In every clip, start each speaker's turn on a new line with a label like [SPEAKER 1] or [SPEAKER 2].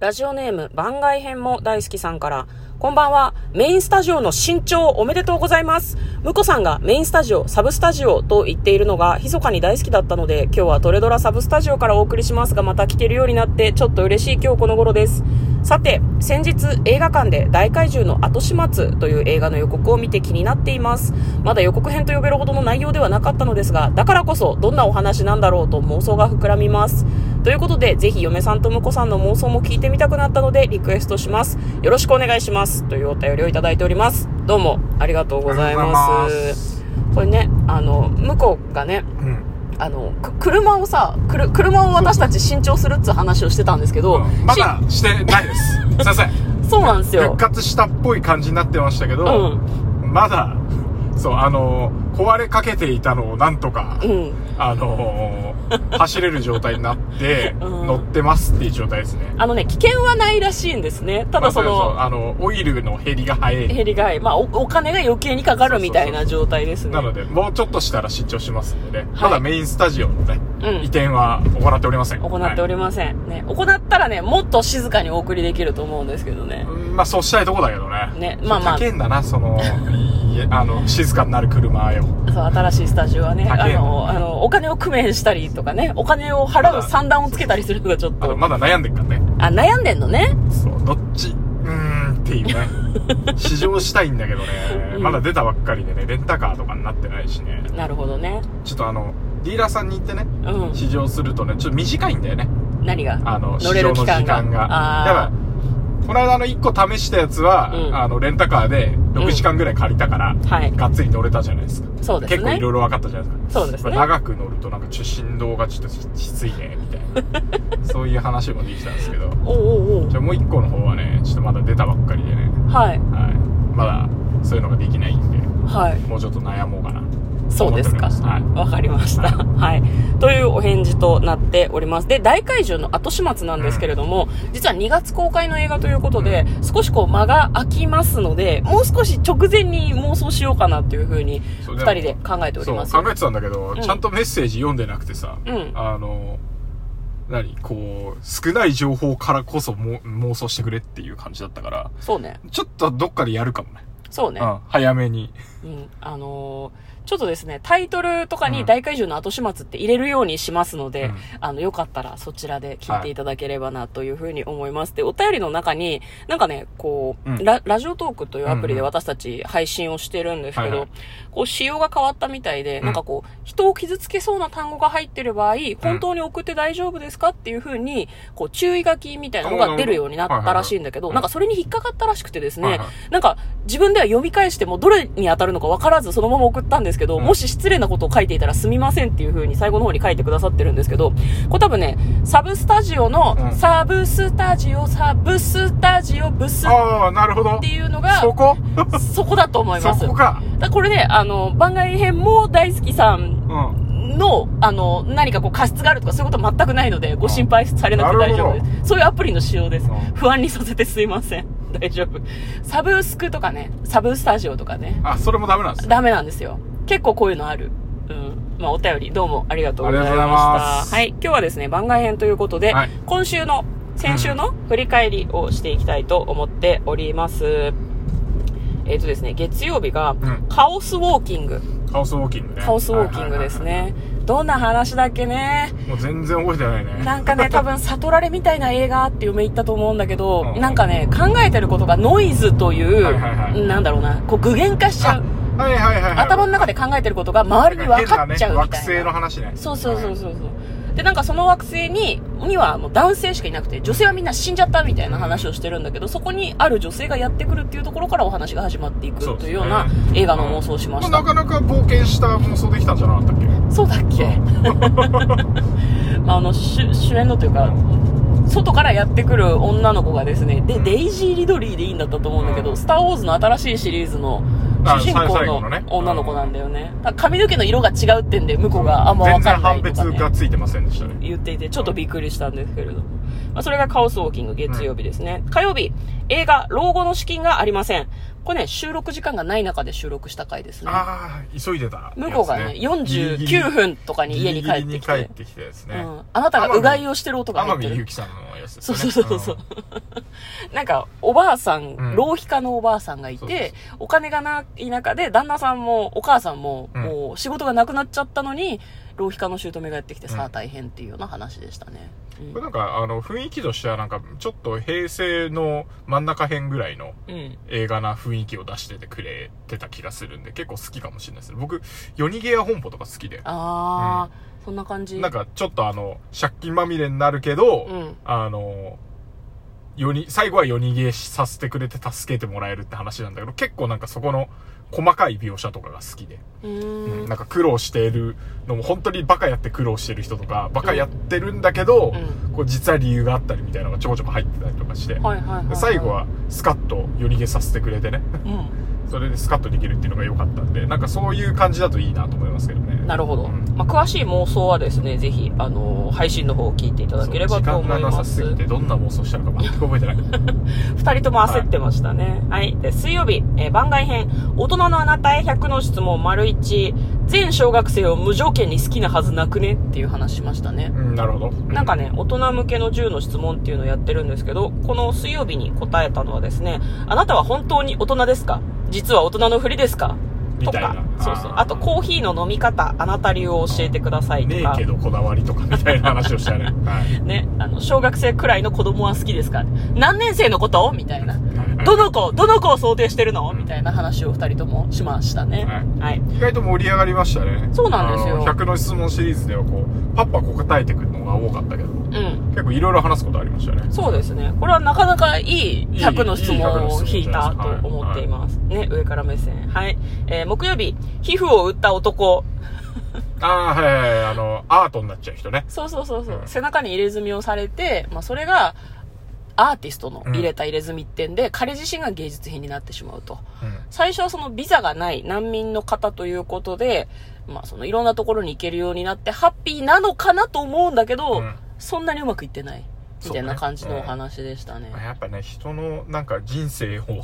[SPEAKER 1] ラジオネーム番外編も大好きさんから、こんばんは。メインスタジオの新調おめでとうございます。ムコさんがメインスタジオ、サブスタジオと言っているのが密かに大好きだったので、今日はトレドラサブスタジオからお送りしますが、また聞けるようになってちょっと嬉しい今日この頃です。さて、先日映画館で大怪獣の後始末という映画の予告を見て気になっています。まだ予告編と呼べるほどの内容ではなかったのですが、だからこそどんなお話なんだろうと妄想が膨らみます。ということで、ぜひ嫁さんと婿さんの妄想も聞いてみたくなったので、リクエストします。よろしくお願いします。というお便りをいただいております。どうもありがとうござい
[SPEAKER 2] あ
[SPEAKER 1] ま。
[SPEAKER 2] りがとうございます
[SPEAKER 1] これね、あの、婿がね、
[SPEAKER 2] うん、
[SPEAKER 1] あの、く車をさ、くる車を私たち新調するっつう話をしてたんですけど、
[SPEAKER 2] まだしてないです先生
[SPEAKER 1] しそうなんですよ
[SPEAKER 2] 復。活したっぽい感じになってましたけ
[SPEAKER 1] う
[SPEAKER 2] ど、
[SPEAKER 1] ん。
[SPEAKER 2] まだそうあのー壊れかけていたのをなんとか、
[SPEAKER 1] うん。
[SPEAKER 2] あのー走れる状態になって、
[SPEAKER 1] うん
[SPEAKER 2] 乗ってますっていう状態ですね
[SPEAKER 1] あのね、危険はないらしいんですね。ただそ
[SPEAKER 2] まあ
[SPEAKER 1] の、
[SPEAKER 2] あのオイルの減りが早い
[SPEAKER 1] ヘリが、まあお、お金が余計にかかるみたいな状態ですね。
[SPEAKER 2] なのでもうちょっとしたら出張しますんでね、
[SPEAKER 1] はい
[SPEAKER 2] まだメインスタジオのね、
[SPEAKER 1] うん
[SPEAKER 2] 移転は行っておりません
[SPEAKER 1] 行っておりません。ね、行ったらね、もっと静かにお送りできると思うんですけどね。
[SPEAKER 2] うんまあそうしたいとこだけどね
[SPEAKER 1] ねまあまあ
[SPEAKER 2] 高えんだなそのいえあの静かになる車よ
[SPEAKER 1] そう、新しいスタジオはね、
[SPEAKER 2] 高
[SPEAKER 1] あ
[SPEAKER 2] いよ
[SPEAKER 1] の、あの、お金を工面したりとかね、お金を払う算段をつけたりするのがちょっ
[SPEAKER 2] あの
[SPEAKER 1] と、
[SPEAKER 2] まだ悩んでるからね
[SPEAKER 1] あ、悩んでんのね。
[SPEAKER 2] そうどっちうーんってい うね試乗したいんだけどね、
[SPEAKER 1] うん
[SPEAKER 2] まだ出たばっかりでねレンタカーとかになってないしね
[SPEAKER 1] なるほどね。
[SPEAKER 2] ちょっとあのディーラーさんに行ってね
[SPEAKER 1] うん。
[SPEAKER 2] 試乗するとねちょっと短いんだよね
[SPEAKER 1] 何が
[SPEAKER 2] あの、
[SPEAKER 1] 乗
[SPEAKER 2] 試
[SPEAKER 1] れ
[SPEAKER 2] 乗
[SPEAKER 1] る
[SPEAKER 2] の
[SPEAKER 1] 期
[SPEAKER 2] 時
[SPEAKER 1] 間
[SPEAKER 2] 間
[SPEAKER 1] が
[SPEAKER 2] が。
[SPEAKER 1] あー
[SPEAKER 2] やばい。この間の1個試したやつは、
[SPEAKER 1] うん
[SPEAKER 2] あの、レンタカーで
[SPEAKER 1] うん
[SPEAKER 2] 6時間ぐらい借りたから、
[SPEAKER 1] はい
[SPEAKER 2] がっつり乗れたじゃないですか。
[SPEAKER 1] そうですね
[SPEAKER 2] 結構いろいろ分かったじゃないですか。
[SPEAKER 1] そうですね
[SPEAKER 2] これ長く乗るとなんか中心動がちょっとききついね、みたい な。そういう話もできたんですけど。
[SPEAKER 1] おうおうおう
[SPEAKER 2] じゃあもう1個の方はね、ちょっとまだ出たばっかりでね。
[SPEAKER 1] はい。
[SPEAKER 2] はい。まだ、そういうのができないんで、
[SPEAKER 1] はい。
[SPEAKER 2] もうちょっと悩もうかな。
[SPEAKER 1] そうですか。
[SPEAKER 2] 思っておりますは
[SPEAKER 1] わか
[SPEAKER 2] い
[SPEAKER 1] りました。はい。というお返事となっております。で、大怪獣の後始末なんですけれども、実は2月公開の映画ということで、少しこう間が空きますので、もう少し直前に妄想しようかなというふうに、
[SPEAKER 2] そう
[SPEAKER 1] 2
[SPEAKER 2] で
[SPEAKER 1] 人
[SPEAKER 2] も
[SPEAKER 1] で考えております。
[SPEAKER 2] そう考えてたんだけど、
[SPEAKER 1] ん
[SPEAKER 2] ちゃんとメッセージ読んでなくてさ、
[SPEAKER 1] うん
[SPEAKER 2] あの何こう少ない情報からこそも妄想してくれっていう感じだったから
[SPEAKER 1] そうね。
[SPEAKER 2] ちょっとどっかでやるかもね、
[SPEAKER 1] そうね
[SPEAKER 2] う。ん、早めに
[SPEAKER 1] うん。あのーちょっとですね、タイトルとか
[SPEAKER 2] う
[SPEAKER 1] に
[SPEAKER 2] ん
[SPEAKER 1] 大怪獣の後始末って入れるようにしますので、
[SPEAKER 2] うん
[SPEAKER 1] あの、よかったらそちらで聞いていただければなというふうに思います。で、お便りの中に、なんかね、こう、
[SPEAKER 2] うん
[SPEAKER 1] ラ、ラジオトークというアプリ
[SPEAKER 2] うん
[SPEAKER 1] で
[SPEAKER 2] うん
[SPEAKER 1] 私たち配信をしてるんですけど、
[SPEAKER 2] はいはい
[SPEAKER 1] こう、仕様が変わったみたいで、
[SPEAKER 2] うん
[SPEAKER 1] なんかこう、人を傷つけそうな単語が入ってる場合、本当に送って大丈夫ですかっていうふうに、こう、注意書きみたいなのが出るようになったらしいんだけど、
[SPEAKER 2] はい
[SPEAKER 1] な
[SPEAKER 2] はいは
[SPEAKER 1] んか
[SPEAKER 2] い
[SPEAKER 1] それに引っかかったらしくてですね、
[SPEAKER 2] はいはい
[SPEAKER 1] なんか、自分では読み返してもどれに当たるのか分からずそのまま送ったんですけど、
[SPEAKER 2] うん
[SPEAKER 1] もし失礼なことを書いていたらすみませんっていう風に最後の方に書いてくださってるんですけど、これ多分ね、サブスタジオの、
[SPEAKER 2] うん
[SPEAKER 1] サブスタジオ、サブスタジオ、ブスっ
[SPEAKER 2] ああなるほど
[SPEAKER 1] ていうのが
[SPEAKER 2] そ、こ
[SPEAKER 1] そこだと思い
[SPEAKER 2] そ
[SPEAKER 1] ます。
[SPEAKER 2] こか
[SPEAKER 1] だこれね、あの、番外編も大好きさん
[SPEAKER 2] うん
[SPEAKER 1] の、あの、何かこう過失があるとかそういうことは全くないので、ご心配されなくて大丈夫
[SPEAKER 2] なる
[SPEAKER 1] です。そういうアプリの仕様です
[SPEAKER 2] うん。
[SPEAKER 1] 不安にさせてすいません。 大丈夫。サブスクとかね、サブスタジオとかね、
[SPEAKER 2] あそれもダメなんですね
[SPEAKER 1] ダメなんですよ。結構こういうのある。うん。まあ、お便りどうもありがとうございまし
[SPEAKER 2] ありがとうございま
[SPEAKER 1] た。
[SPEAKER 2] す
[SPEAKER 1] はい。今日はですね、番外編ということで、
[SPEAKER 2] はい
[SPEAKER 1] 今週の、先週の振り返りをしていきたいと思っております。えっ、とですね、月曜日が
[SPEAKER 2] ん、
[SPEAKER 1] カオスウォーキング。
[SPEAKER 2] カオスウォーキングね
[SPEAKER 1] カオスウォーキングです
[SPEAKER 2] はいはい
[SPEAKER 1] ね。どんな話だっけね。
[SPEAKER 2] はいもう全然覚えてないね
[SPEAKER 1] なん かね、多分、悟られみたいな映画って嫁言ったと思うんだけど、
[SPEAKER 2] うん
[SPEAKER 1] なんかね、考えてることがノイズという、
[SPEAKER 2] はいはいはい
[SPEAKER 1] なんだろうな、こう具現化しちゃ
[SPEAKER 2] あ
[SPEAKER 1] う。
[SPEAKER 2] はいはいはい、はい、
[SPEAKER 1] 頭の中で考えてることが周りに分かっちゃうみ
[SPEAKER 2] 変なね惑
[SPEAKER 1] たい
[SPEAKER 2] 星
[SPEAKER 1] な。
[SPEAKER 2] の話ね
[SPEAKER 1] そうそうそう
[SPEAKER 2] は
[SPEAKER 1] そうそう。で、なんかその惑星に、にはもう男性しかいなくて、女性はみんな死んじゃったみたいな話をしてるんだけど、そこにある女性がやってくるっていうところからお話が始まっていく
[SPEAKER 2] そう
[SPEAKER 1] と
[SPEAKER 2] ですね
[SPEAKER 1] いうような映画の妄想をしま
[SPEAKER 2] い
[SPEAKER 1] した
[SPEAKER 2] な。かなか冒険した妄想できたんじゃなかったっけ
[SPEAKER 1] そうだっけまああの主主演のというか外からやってくる女の子がですねで、
[SPEAKER 2] うん
[SPEAKER 1] デイジー・リドリーでいいんだったと思うんだけど「
[SPEAKER 2] うん
[SPEAKER 1] スター・ウォーズ」の新しいシリーズの
[SPEAKER 2] あ
[SPEAKER 1] 主人公
[SPEAKER 2] 最後
[SPEAKER 1] の
[SPEAKER 2] のね
[SPEAKER 1] 女の子なんだよねだから髪の毛の色が違うってんで向こうがあんま
[SPEAKER 2] 全
[SPEAKER 1] 分か
[SPEAKER 2] 然
[SPEAKER 1] んない
[SPEAKER 2] 判
[SPEAKER 1] と
[SPEAKER 2] 別
[SPEAKER 1] か、ね、
[SPEAKER 2] がついてませんでしたね
[SPEAKER 1] 言っていてちょっとびっくりしたんですけれども、まあ、それがカオスウォーキング月曜日ですね、火曜日映画「老後の資金がありません」これね収録時間がない中で収録した回ですね
[SPEAKER 2] ああ急いでた
[SPEAKER 1] 向こうがね49分とかに家に帰ってきて
[SPEAKER 2] ギリギリに帰ってきたやつね
[SPEAKER 1] うんあなたがうがいをしてる音が
[SPEAKER 2] 天
[SPEAKER 1] 入って
[SPEAKER 2] 海
[SPEAKER 1] る
[SPEAKER 2] 祐。希さんのややつです
[SPEAKER 1] そ
[SPEAKER 2] ね。
[SPEAKER 1] うそうそうそう。 なんか、おばあさん、
[SPEAKER 2] うん
[SPEAKER 1] 浪費家のおばあさんがい
[SPEAKER 2] そうそう
[SPEAKER 1] て、お金がない中で、旦那さんもお母さんも、
[SPEAKER 2] うん
[SPEAKER 1] もう仕事がなくなっちゃったのに、浪費家の姑がやってきて、さ
[SPEAKER 2] う
[SPEAKER 1] あ
[SPEAKER 2] ん
[SPEAKER 1] 大変っていうような話でしたね。
[SPEAKER 2] うんこれなんか、あの、雰囲気としてはなんか、ちょっと平成の真ん中辺ぐらいの
[SPEAKER 1] うん。うん。
[SPEAKER 2] 映画な雰囲気を出しててくれてた気がするんで、結構好きかもしれないですね。僕、夜逃げや本舗とか好きで。
[SPEAKER 1] あー、そんな感じ。
[SPEAKER 2] なんか、ちょっとあの、借金まみれになるけど、
[SPEAKER 1] うん。
[SPEAKER 2] あの、よに、最後は夜逃げさせてくれて助けてもらえるって話なんだけど、結構なんかそこの細かい描写とかが好きで、
[SPEAKER 1] うーん。
[SPEAKER 2] なんか苦労しているのも本当にバカやって苦労してる人とか、バカやってるんだけど、
[SPEAKER 1] う
[SPEAKER 2] こう実は理由があったりみたいなのがちょこちょこ入ってたりとかして、
[SPEAKER 1] ん。はいはいはい、はい。
[SPEAKER 2] 最後。はスカッと夜逃げさせてくれてね、
[SPEAKER 1] うん。
[SPEAKER 2] それでスカッとできるっていうのが良かったんで、なんかそういう感じだといいなと思いますけどね。
[SPEAKER 1] なるほど。
[SPEAKER 2] うん
[SPEAKER 1] まあ、詳しい妄想はですね、ぜひ、あのー配信の方を聞いていただければと思い
[SPEAKER 2] そう時間がな
[SPEAKER 1] ま
[SPEAKER 2] さ
[SPEAKER 1] す。
[SPEAKER 2] すぎて、どんな妄想したのか全く覚え てない。
[SPEAKER 1] 二人とも焦ってましたね。はい。で、水曜日、えー番外編、大人のあなたへ100の質問、丸一全小学生を無条件に好きなはずなくねっていう話しましたね。
[SPEAKER 2] うん、なるほど。
[SPEAKER 1] なんかね、大人向けの10の質問っていうのをやってるんですけど、この水曜日に答えたのはですね、あなたは本当に大人ですか実は大人のふりですか
[SPEAKER 2] み
[SPEAKER 1] と
[SPEAKER 2] たいな
[SPEAKER 1] か、そうそう。
[SPEAKER 2] あー
[SPEAKER 1] あと、コーヒーの飲み方、あなた流を教えてくださいと
[SPEAKER 2] ね
[SPEAKER 1] か
[SPEAKER 2] えけ。どこだわりとかみたいな話をしたね。はい。
[SPEAKER 1] ね、あの、小学生くらいの子供は好きですか何年生のことみたい な。どの子、どの子を想定してるのみたいな話を二人ともしましたね。
[SPEAKER 2] はい
[SPEAKER 1] はい。
[SPEAKER 2] 意外と盛り上がりましたね。
[SPEAKER 1] そうなんですよ
[SPEAKER 2] あの100の質問シリーズではこう、パッパこう答えてくるのが多かったけど、
[SPEAKER 1] うん。
[SPEAKER 2] 結構いろいろ話すことありましたね。
[SPEAKER 1] そうですね。これはなかなかいい100の質問を引いたと思っています。ね、上から目線。はい。えー、木曜日、皮膚を売った男。
[SPEAKER 2] ああ、はいはいはい、あの、アートになっちゃう人ね。
[SPEAKER 1] そうそうそうそう。
[SPEAKER 2] うん
[SPEAKER 1] 背中に入れ墨をされて、まあ、それが、アーティストの入れた入れ墨ってんで、彼自身が芸術品になってしまうと。
[SPEAKER 2] うん。
[SPEAKER 1] 最初はそのビザがない難民の方ということで、まあそのいろんなところに行けるようになってハッピーなのかなと思うんだけど、
[SPEAKER 2] うん
[SPEAKER 1] そんなにうまくいってない。みたいな感じのお話でしたね。
[SPEAKER 2] やっぱね、人のなんか人生を
[SPEAKER 1] うん、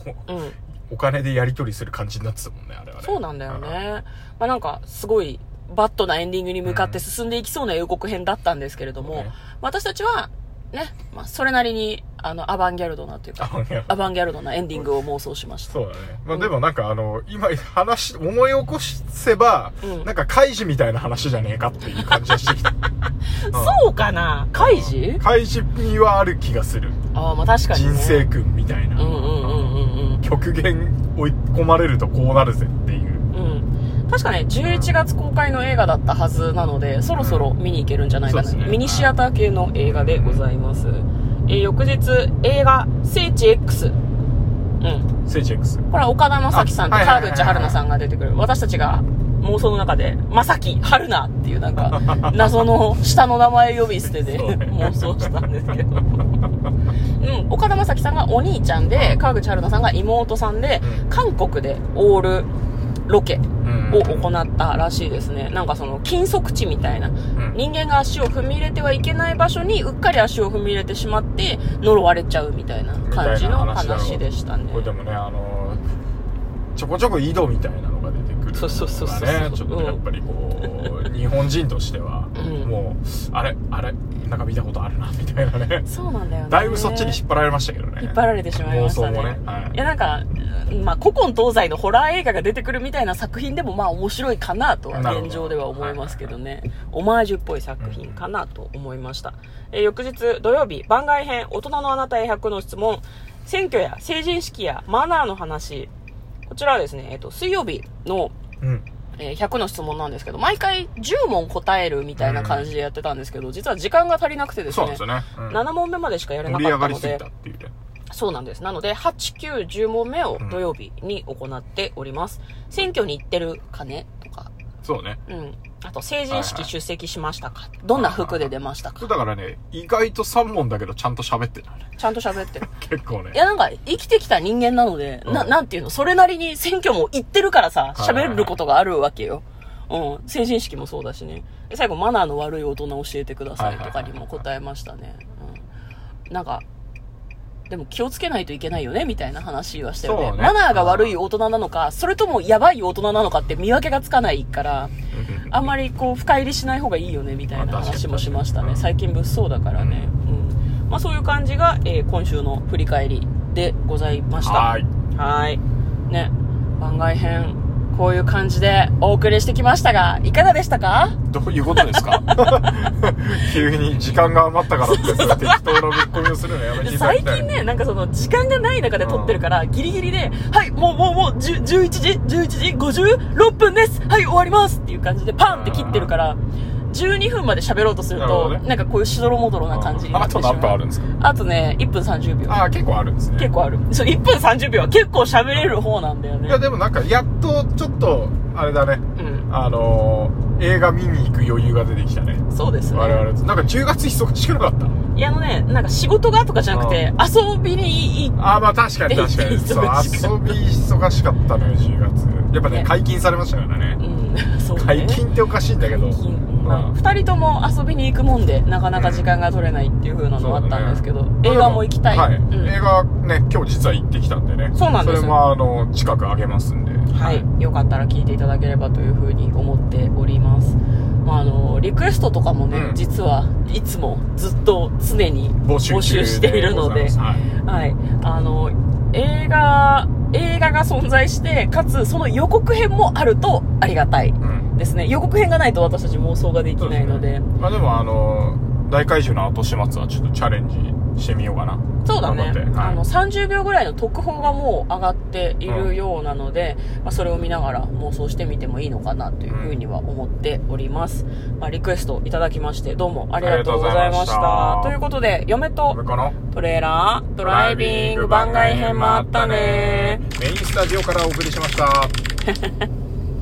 [SPEAKER 2] お金でやり取りする感じになってたもんね、あれはね。
[SPEAKER 1] そうなんだよね。まあなんかすごいバッドなエンディングに向かって進んでいきそうな予告編だったんですけれども、
[SPEAKER 2] ね
[SPEAKER 1] 私たちはね、まあそれなりにあのアバンギャルドなという
[SPEAKER 2] うん。
[SPEAKER 1] か、
[SPEAKER 2] あのね
[SPEAKER 1] アバンギャルドなエンディングを妄想しました。
[SPEAKER 2] そうだね。まあでもなんかあの、今話し、思い起こせば、
[SPEAKER 1] うん
[SPEAKER 2] なんか開示みたいな話じゃねえかっていう感じがして きた。
[SPEAKER 1] そうかなカイジ
[SPEAKER 2] 開示味はある気がする。
[SPEAKER 1] ああ、まあ確かに、ね。
[SPEAKER 2] 人生訓みたいな。
[SPEAKER 1] うんうんうんうんうん。
[SPEAKER 2] 極限追い込まれるとこうなるぜっていう。
[SPEAKER 1] うん確かね、11月公開の映画だったはずなので、そろそろ見に行けるんじゃないかな。
[SPEAKER 2] そうですね
[SPEAKER 1] ミニシアター系の映画でございます。えー翌日、映画、聖地 X。うん。
[SPEAKER 2] 聖地 X。
[SPEAKER 1] これは岡田将生さんと
[SPEAKER 2] あはいは
[SPEAKER 1] 川
[SPEAKER 2] いはいはい
[SPEAKER 1] 口春奈さんが出てくる。私たちが妄想の中で、まさき、春奈っていうなん か、謎の下の名前呼び捨てで
[SPEAKER 2] そうね
[SPEAKER 1] 妄想したんですけど。うん、岡田将生さんがお兄ちゃんで、川口春奈さんが妹さんで、
[SPEAKER 2] うん
[SPEAKER 1] 韓国でオールロケ
[SPEAKER 2] うん
[SPEAKER 1] を行ったらしいですね。なんかその禁足地みたいな。
[SPEAKER 2] うん
[SPEAKER 1] 人間が足を踏み入れてはいけない場所にうっかり足を踏み入れてしまって呪われちゃうみたいな感じの話でしたね
[SPEAKER 2] こ。れでもね、あの、ちょこちょこ井戸みたいなのが出てくるのがね。
[SPEAKER 1] そうそうそうそう
[SPEAKER 2] ちょっとやっぱりこう、日本人としては、
[SPEAKER 1] うん
[SPEAKER 2] もう、あれ、あれ、なんか見たことあるな、みたいなね。
[SPEAKER 1] そうなんだよね。
[SPEAKER 2] だいぶそっちに引っ張られましたけどね。
[SPEAKER 1] 引っ張られてしまいましたね。
[SPEAKER 2] 妄想もね。はい
[SPEAKER 1] いやなんか、うんまあ、古今東西のホラー映画が出てくるみたいな作品でもまあ面白いかなとは
[SPEAKER 2] なるほど
[SPEAKER 1] 現状では思いますけどね、オマージュっぽい作品かなと思いました、えー翌日土曜日番外編大人のあなたへ100の質問選挙や成人式やマナーの話こちらはですね、えっと、水曜日の
[SPEAKER 2] うん。
[SPEAKER 1] えー100の質問なんですけど、毎回10問答えるみたいな感じでやってたんですけど、実は時間が足りなくてです
[SPEAKER 2] そうなん
[SPEAKER 1] ね
[SPEAKER 2] です、よね。うん
[SPEAKER 1] 7問目までしかやれな
[SPEAKER 2] 盛
[SPEAKER 1] か
[SPEAKER 2] り上
[SPEAKER 1] ったの
[SPEAKER 2] がりすぎ
[SPEAKER 1] で
[SPEAKER 2] た、っていうね。
[SPEAKER 1] そうなんです。なので、8、9、10問目を土曜日に行っております。選挙に行ってるかねとか、
[SPEAKER 2] そうね。
[SPEAKER 1] うん。あと、成人
[SPEAKER 2] はい
[SPEAKER 1] 式
[SPEAKER 2] はい
[SPEAKER 1] 出席しましたか、どんな服で出ました
[SPEAKER 2] だ
[SPEAKER 1] か
[SPEAKER 2] からね、意外と3問だけどちゃんと喋ってたね。
[SPEAKER 1] ちゃんと喋ってる。
[SPEAKER 2] 結構ね
[SPEAKER 1] い。や、なんか、生きてきた人間なので、
[SPEAKER 2] うん
[SPEAKER 1] な、なんていうの、それなりに選挙も行ってるからさ、
[SPEAKER 2] はいはい
[SPEAKER 1] 喋ることがあるわけよ。うん。成人式もそうだしね。で最後、マナーの悪い大人教えてくださいとかにも答えましたね。うん。なんか、でも気をつけないといけないよね、みたいな話はしたよ
[SPEAKER 2] そう
[SPEAKER 1] ね
[SPEAKER 2] ね
[SPEAKER 1] マナーが悪い大人なのか、それともやばい大人なのかって見分けがつかないから、あんまりこう深入りしない方がいいよねみたいな
[SPEAKER 2] まあ確かに
[SPEAKER 1] 話もしましたね
[SPEAKER 2] 確かに
[SPEAKER 1] 最近物騒だからね、うんまあ、そういう感じが、えー今週の振り返りでございました
[SPEAKER 2] はーい
[SPEAKER 1] はいね番外編こういう感じでお送りしてきましたがいかがでしたか
[SPEAKER 2] どういうことですか 急に時間が余ったからってそれ適当なぶっ込みをするのやめていただ
[SPEAKER 1] 最
[SPEAKER 2] きたい
[SPEAKER 1] 近ねなんかその時間がない中で撮ってるからギリギリで「はいもうもうもう10 11時11時56分ですはい終わります」っていう感じでパンって切ってるから12分まで喋ろうとする
[SPEAKER 2] なるほ
[SPEAKER 1] と
[SPEAKER 2] ど
[SPEAKER 1] な,、
[SPEAKER 2] ね
[SPEAKER 1] んかこういうしどろもどろな感じにな
[SPEAKER 2] あ
[SPEAKER 1] ってし
[SPEAKER 2] と
[SPEAKER 1] まう
[SPEAKER 2] 何分あるんですか
[SPEAKER 1] あとね1分30秒
[SPEAKER 2] ああ結構あるんですね
[SPEAKER 1] 結構あるそう1分30秒は結構喋れる方なんだよ
[SPEAKER 2] い
[SPEAKER 1] ね
[SPEAKER 2] やでもなんかやっとちょっとあれだね
[SPEAKER 1] うん
[SPEAKER 2] あのー、映画見に行く余裕が出てきたね
[SPEAKER 1] そうですね
[SPEAKER 2] 我々なんか10月忙しくなかった
[SPEAKER 1] いやあのねなんか仕事がとかじゃなくて遊びに行っ
[SPEAKER 2] ああまあ確かに確か にそう
[SPEAKER 1] 忙しか
[SPEAKER 2] 遊び忙しかったのよ10月やっぱね
[SPEAKER 1] ね
[SPEAKER 2] 解禁されましたからね
[SPEAKER 1] うんそうね
[SPEAKER 2] 解禁っておかしいんだけど
[SPEAKER 1] 最近ま
[SPEAKER 2] う
[SPEAKER 1] あ、
[SPEAKER 2] ん
[SPEAKER 1] 2人とも遊びに行くもんでなかなか時間が取れないっていう風なのもあったんですけど、映画も行きたい、
[SPEAKER 2] はい
[SPEAKER 1] うん
[SPEAKER 2] 映画ね今日実は行ってきたんでね
[SPEAKER 1] そうなんですよ
[SPEAKER 2] それもあの近くあげますんでは
[SPEAKER 1] はい、よかったら聞いていただければというふうに思っております、まあ、あのリクエストとかもね、
[SPEAKER 2] うん
[SPEAKER 1] 実はいつもずっと常に
[SPEAKER 2] 募集
[SPEAKER 1] 募集しているので
[SPEAKER 2] ございますはい
[SPEAKER 1] はい、あの映画映画が存在してかつその予告編もあるとありがたい
[SPEAKER 2] うん
[SPEAKER 1] ですね予告編がないと私たち妄想ができないので
[SPEAKER 2] まあでもあの大怪獣の後始末はちょっとチャレンジしてみようかな
[SPEAKER 1] そうだね、
[SPEAKER 2] 頑張ってはい
[SPEAKER 1] あの30秒ぐらいの特報がもう上がっているようなので、まあ、それを見ながら妄想してみてもいいのかなというふうには思っております、まあ、リクエストいただきましてどうもありがとうございました
[SPEAKER 2] あ
[SPEAKER 1] とい
[SPEAKER 2] り
[SPEAKER 1] う
[SPEAKER 2] が
[SPEAKER 1] ことで嫁と
[SPEAKER 2] これかな
[SPEAKER 1] トレーラードライビング番外編もあったね
[SPEAKER 2] メインスタジオからお送りしました